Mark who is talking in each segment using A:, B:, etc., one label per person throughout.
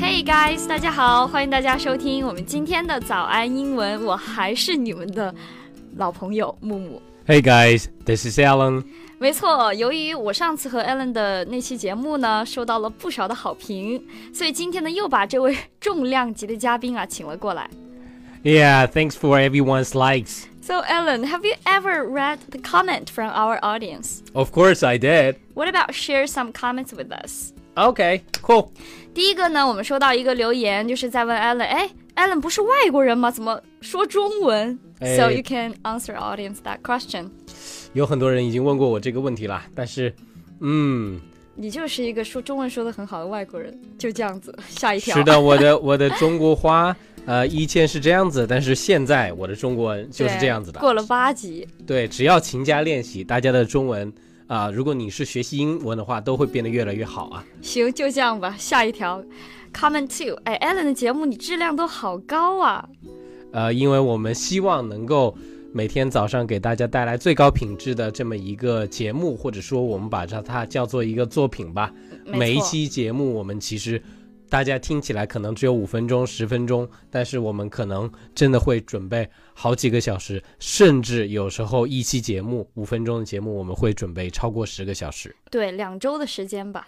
A: Hey guys，大家好，欢迎大家收听我们今天的早安英文，我还是你们的老朋友木木。
B: Hey guys, this is Alan.
A: 没错，由于我上次和 Ellen 的那期节目呢，受到了不少的好评，所以今天呢又把这位重量级的嘉宾啊请了过来。
B: Yeah, thanks for everyone's likes.
A: So Ellen, have you ever read the comment from our audience?
B: Of course, I did.
A: What about share some comments with us?
B: Okay, cool.
A: 第一个呢，我们收到一个留言，就是在问 Alan，哎，Alan 不是外国人吗？怎么说中文、
B: 哎
A: s o you can answer audience that question。
B: 有很多人已经问过我这个问题了，但是，嗯，
A: 你就是一个说中文说的很好的外国人，就这样子。下一条。
B: 是。的，我的我的中国话，呃，以前是这样子，但是现在我的中文就是这样子的。
A: 过了八级，
B: 对，只要勤加练习，大家的中文啊、如果你是学习英文的话，都会变得越来越好啊。
A: 行，就这样吧。下一条，comment two，哎，Alan 的节目你质量都好高啊。
B: 呃，因为我们希望能够每天早上给大家带来最高品质的这么一个节目，或者说我们把它它叫做一个作品吧。
A: 没错
B: 每一期节目我们其实。大家听起来可能只有五分钟、十分钟，但是我们可能真的会准备好几个小时，甚至有时候一期节目五分钟的节目，我们会准备超过十个小时。
A: 对，两周的时间吧，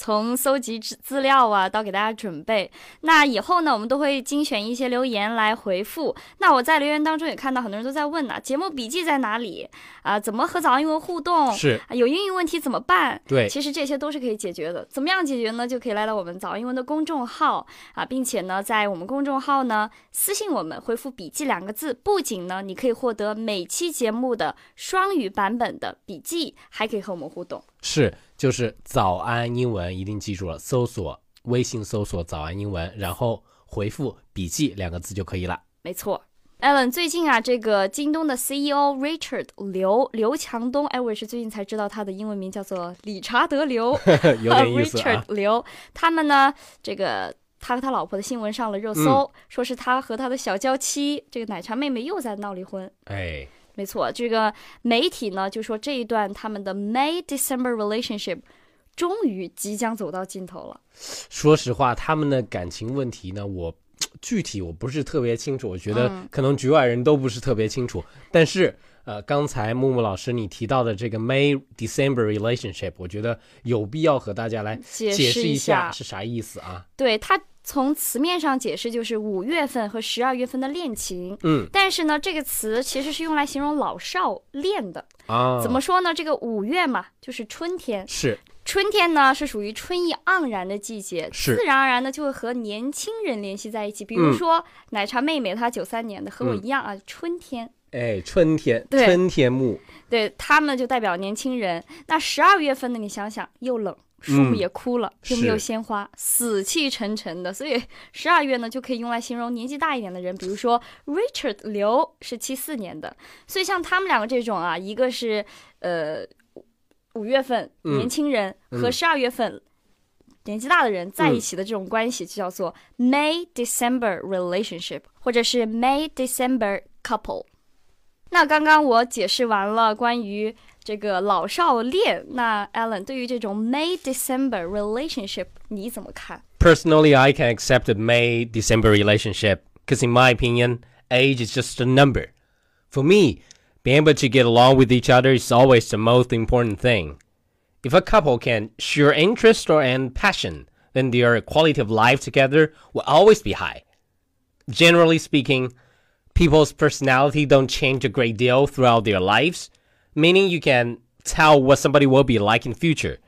A: 从搜集资资料啊，到给大家准备。那以后呢，我们都会精选一些留言来回复。那我在留言当中也看到很多人都在问呢、节目笔记在哪里啊？怎么和早安英文互动？
B: 是
A: 啊有英语问题怎么办？
B: 对，
A: 其实这些都是可以解决的。怎么样解决呢？就可以来到我们早安英文的公众号啊，并且呢，在我们公众号呢私信我们，回复“笔记”两个字。不仅呢，你可以获得每期节目的双语版本的笔记，还可以和我们互动。
B: 是，就是早安英文，一定记住了，搜索微信搜索早安英文，然后回复笔记两个字就可以了。
A: 没错。Allen，最近啊，这个京东的 CEO Richard 刘刘强东，哎，我也是最近才知道他的英文名叫做理查德刘
B: 有点意思
A: 呃 Richard
B: 啊。
A: 刘。他们呢，这个他和他老婆的新闻上了热
B: 嗯
A: 搜，说是他和他的小娇妻这个奶茶妹妹又在闹离婚。
B: 哎，
A: 没错，这个媒体呢就说这一段他们的 May December relationship 终于即将走到尽头了。
B: 说实话，他们的感情问题呢，我具体我不是特别清楚，我觉得
A: 嗯
B: 可能局外人都不是特别清楚。但是，呃，刚才木木老师你提到的这个 May December relationship，我觉得有必要和大家来
A: 解
B: 解
A: 释
B: 释
A: 一
B: 一
A: 下
B: 下是啥意思啊？
A: 对他从词面上解释，就是五月份和十二月份的恋情。
B: 嗯
A: 但是呢，这个词其实是用来形容老少恋的。
B: 啊，
A: 怎么说呢？这个五月嘛，就是春天。
B: 是
A: 春天呢是属于春意盎然的季节，
B: 是
A: 自然而然的就会和年轻人联系在一起。比如
B: 嗯
A: 说、奶茶妹妹，她九三年的，和我一样啊，春天。
B: 哎，春天，
A: 对
B: 春天木，
A: 对他们就代表年轻人。那十二月份呢？你想想，又冷，树木
B: 嗯
A: 也枯了，又没
B: 是
A: 有鲜花，死气沉沉的。所以十二月呢，就可以用来形容年纪大一点的人，比如说 Richard 刘是七四年的。所以像他们两个这种啊，一个是呃五月份
B: 嗯
A: 年轻人和
B: 嗯
A: 十二月份。年纪大的人在一起的这种关系就叫做 May December relationship，或者是 May December couple。那刚刚我解释完了关于这个老少恋，那 Alan 对于这种 May December relationship 你怎么看？
B: Personally, I can accept a May December relationship because, in my opinion, age is just a number. For me, being able to get along with each other is always the most important thing. If a couple can share interest or and passion, then their quality of life together will always be high. Generally speaking, people's personality don't change a great deal throughout their lives, meaning you can tell what somebody will be like in future.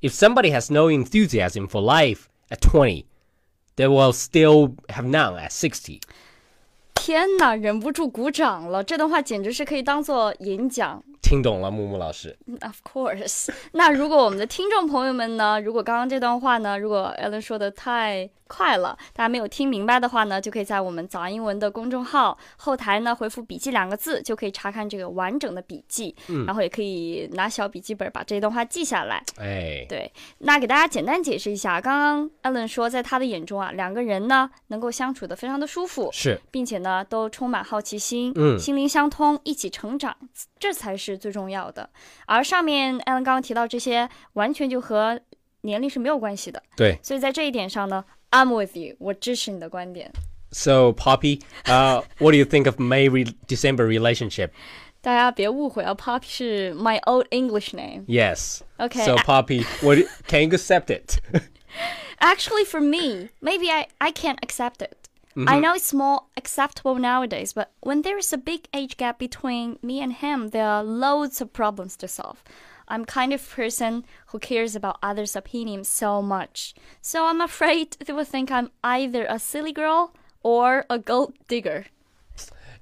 B: If somebody has no enthusiasm for life at 20, they will still have none at 60.
A: 天哪，忍不住鼓掌了！这段话简直是可以当做演讲。
B: 听懂了，木木老师。
A: Of course。那 如果我们的听众朋友们呢，如果刚刚这段话呢，如果 Alan 说的太快了，大家没有听明白的话呢，就可以在我们早安英文的公众号后台呢回复“笔记”两个字，就可以查看这个完整的笔记，然后也可以拿小笔记本把这段话记下来。
B: 哎，
A: 对，那给大家简单解释一下，刚刚 Alan 说，在他的眼中啊，两个人呢能够相处的非常的舒服，
B: 是，
A: 并且呢都充满好奇心，
B: 嗯
A: 心灵相通，一起成长，这才是最重要的。而上面 Alan 刚刚提到这些，完全就和年龄是没有关系的，
B: 对，
A: 所以在这一点上呢 I'm with you，我支持你的观点。
B: So, Poppy, uh, what do you think of May re- December relationship?
A: 大家别误会啊，Poppy 是 my old English name。
B: Yes.
A: Okay,
B: So,
A: I-
B: Poppy, what can you accept it?
A: Actually, for me, maybe I, I can't accept it. I know it's more acceptable nowadays, but when there is a big age gap between me and him, there are loads of problems to solve. I'm kind of person who cares about others' opinions so much. So I'm afraid they will think I'm either a silly girl or a gold digger.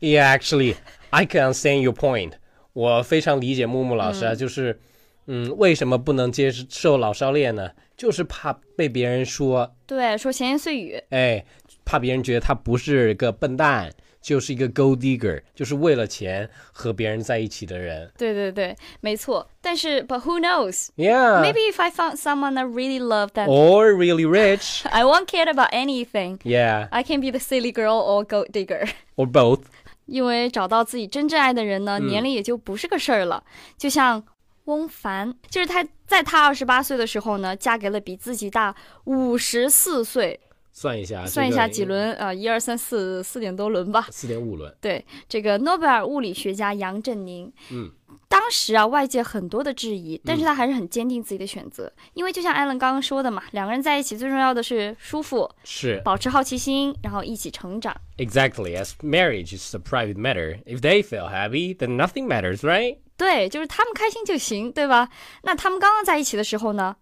B: Yeah, actually, I can understand your point. 我非常理解木木老师啊，就是，嗯，为什么不能接受老少恋呢？就是怕被别人说，
A: 对，说闲言碎语。
B: 哎，怕别人觉得他不是个笨蛋，就是一个 gold digger，就是为了钱和别人在一起的人。
A: 对对对，没错。但是 but who knows?
B: Yeah,
A: Maybe if I found someone I really love, then
B: or really rich.
A: I won't care about anything.
B: Yeah,
A: I can be the silly girl or gold digger.
B: or both.
A: 因为找到自己真正爱的人呢，年龄也就不是个事儿了。就像翁帆，就是她在她二十八岁的时候呢，嫁给了比自己大五十四岁，
B: 算一下，
A: 算一下几，轮啊，一二三四四点多轮吧。
B: 四点五轮。
A: 对，这个诺贝尔物理学家杨振宁，嗯，当时啊，外界很多的质疑，但是他还是很坚定自己的选择，因为就像艾伦刚刚说的嘛，两个人在一起最重要的是舒服，
B: 是
A: 保持好奇心，然后一起成长。
B: ，exactly as marriage is a private matter. If they feel happy, then nothing matters, right?
A: 对，就是他们开心就行，对吧？那他们刚刚在一起的时候呢，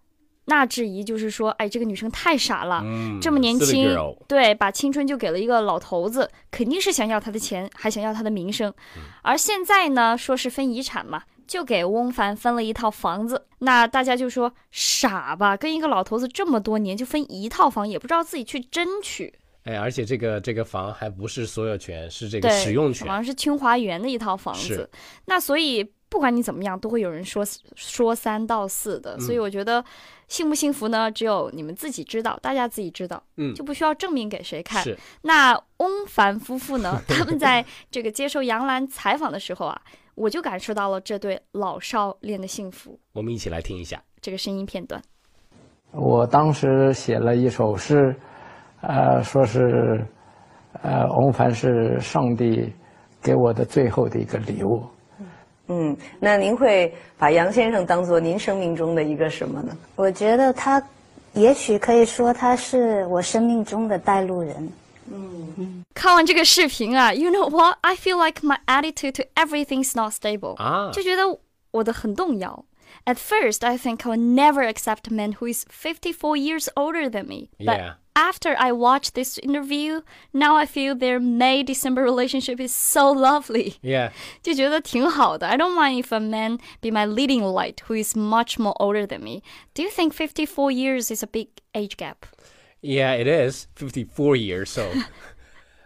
A: 那质疑就是说，哎，这个女生太傻了，
B: 嗯
A: 这么年
B: silly
A: 轻
B: girl，
A: 对，把青春就给了一个老头子，肯定是想要她的钱，还想要她的名声。而现在呢，说是分遗产嘛，就给翁帆分了一套房子。那大家就说傻吧，跟一个老头子这么多年就分一套房，也不知道自己去争取。
B: 哎，而且这个这个房还不是所有权，是这个
A: 对，
B: 使用
A: 好
B: 权。
A: 像是清华园的一套房子
B: 是。
A: 那所以不管你怎么样，都会有人说说三道四的。所以
B: 嗯
A: 我觉得幸不幸福呢，只有你们自己知道，大家自己知道，
B: 嗯
A: 就不需要证明给谁看。
B: 是
A: 那翁帆夫妇 呢，他们在这个接受杨澜采访的时候啊，我就感受到了这对老少恋的幸福。
B: 我们一起来听一下。
A: 这个声音片段，
C: 我当时写了一首诗，呃，说是，呃，翁帆是上帝给我的最后的一个礼物。
D: 嗯，那您会把杨先生当做您生命中的一个什么呢？
E: 我觉得他，也许可以说他是我生命中的带路人。
A: 看完这个视频啊，You know what? I feel like my attitude to everything's not stable
B: 啊
A: 就觉得我的很动摇。At first, I think I will never accept a man who is 54 years older than me. But
B: Yeah.
A: after I watched this interview, now I feel their May December relationship is so lovely.
B: Yeah,
A: 就觉得挺好的。I don't mind if a man be my leading light who is much more older than me. Do you think 54 years is a big age gap?
B: yeah, it is fifty four years. So，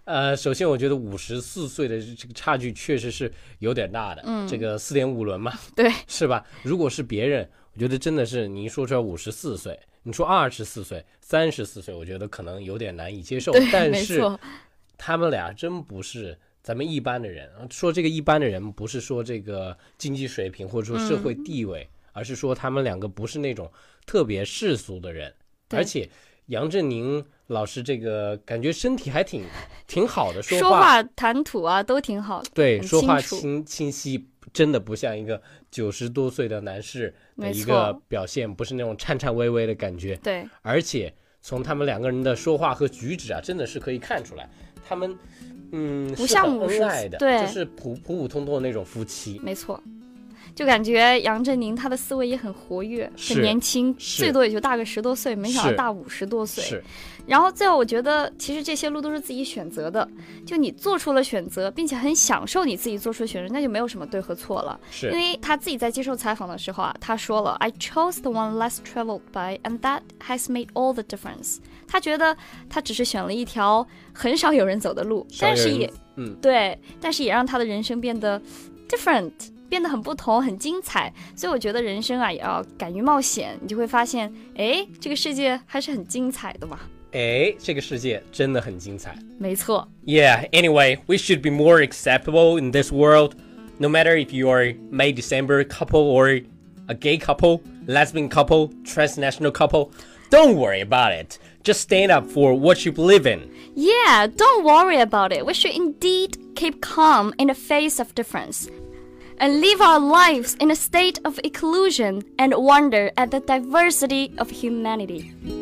B: 呃，首先我觉得五十四岁的这个差距确实是有点大的。嗯，这个四点五轮嘛，
A: 对，
B: 是吧？如果是别人，我觉得真的是你一说出来五十四岁，你说二十四岁、三十四岁，我觉得可能有点难以接受。但
A: 没
B: 是
A: 错，
B: 他们俩真不是咱们一般的人。说这个一般的人，不是说这个经济水平或者说社会地位，
A: 嗯
B: 而是说他们两个不是那种特别世俗的人。
A: 对
B: 而且杨振宁老师这个感觉身体还挺挺好的，说
A: 说话谈吐啊都挺好的，
B: 对，
A: 很
B: 说话
A: 清楚
B: 清清晰，真的不像一个九十多岁的男士的
A: 没
B: 一个
A: 错
B: 表现，不是那种颤颤巍巍的感觉。
A: 对，
B: 而且从他们两个人的说话和举止啊，真的是可以看出来，他们嗯
A: 不
B: 是
A: 像
B: 很
A: 50
B: 恩爱的，
A: 对
B: 就是普普普通通的那种夫妻。
A: 没错。就感觉杨振宁他的思维也很活跃，
B: 是
A: 很年轻，
B: 是
A: 最多也就大个十多岁，没想到
B: 是
A: 大五十多岁。
B: 是，
A: 然后最后，我觉得其实这些路都是自己选择的，就你做出了选择，并且很享受你自己做出的选择，那就没有什么对和错了。
B: 是
A: 因为他自己在接受采访的时候啊，他说了，I chose the one less traveled by, and that has made all the difference。他觉得他只是选了一条很少有人走的路，
B: 少有
A: 但是
B: 人
A: 也
B: 嗯
A: 对，但是也让他的人生变得 different，变得很不同，很精彩。所以我觉得人生啊，也要敢于冒险，你就会发现，哎，这个世界还是很精彩的嘛。
B: 哎，这个世界真的很精彩。
A: 没错，
B: Yeah, anyway, we should be more acceptable in this world. No matter if you are May December couple or a gay couple, lesbian couple, transnational couple, Don't worry about it. Just stand up for what you believe in.
A: Yeah, don't worry about it. We should indeed keep calm in the face of difference and live our lives in a state of inclusion and wonder at the diversity of humanity.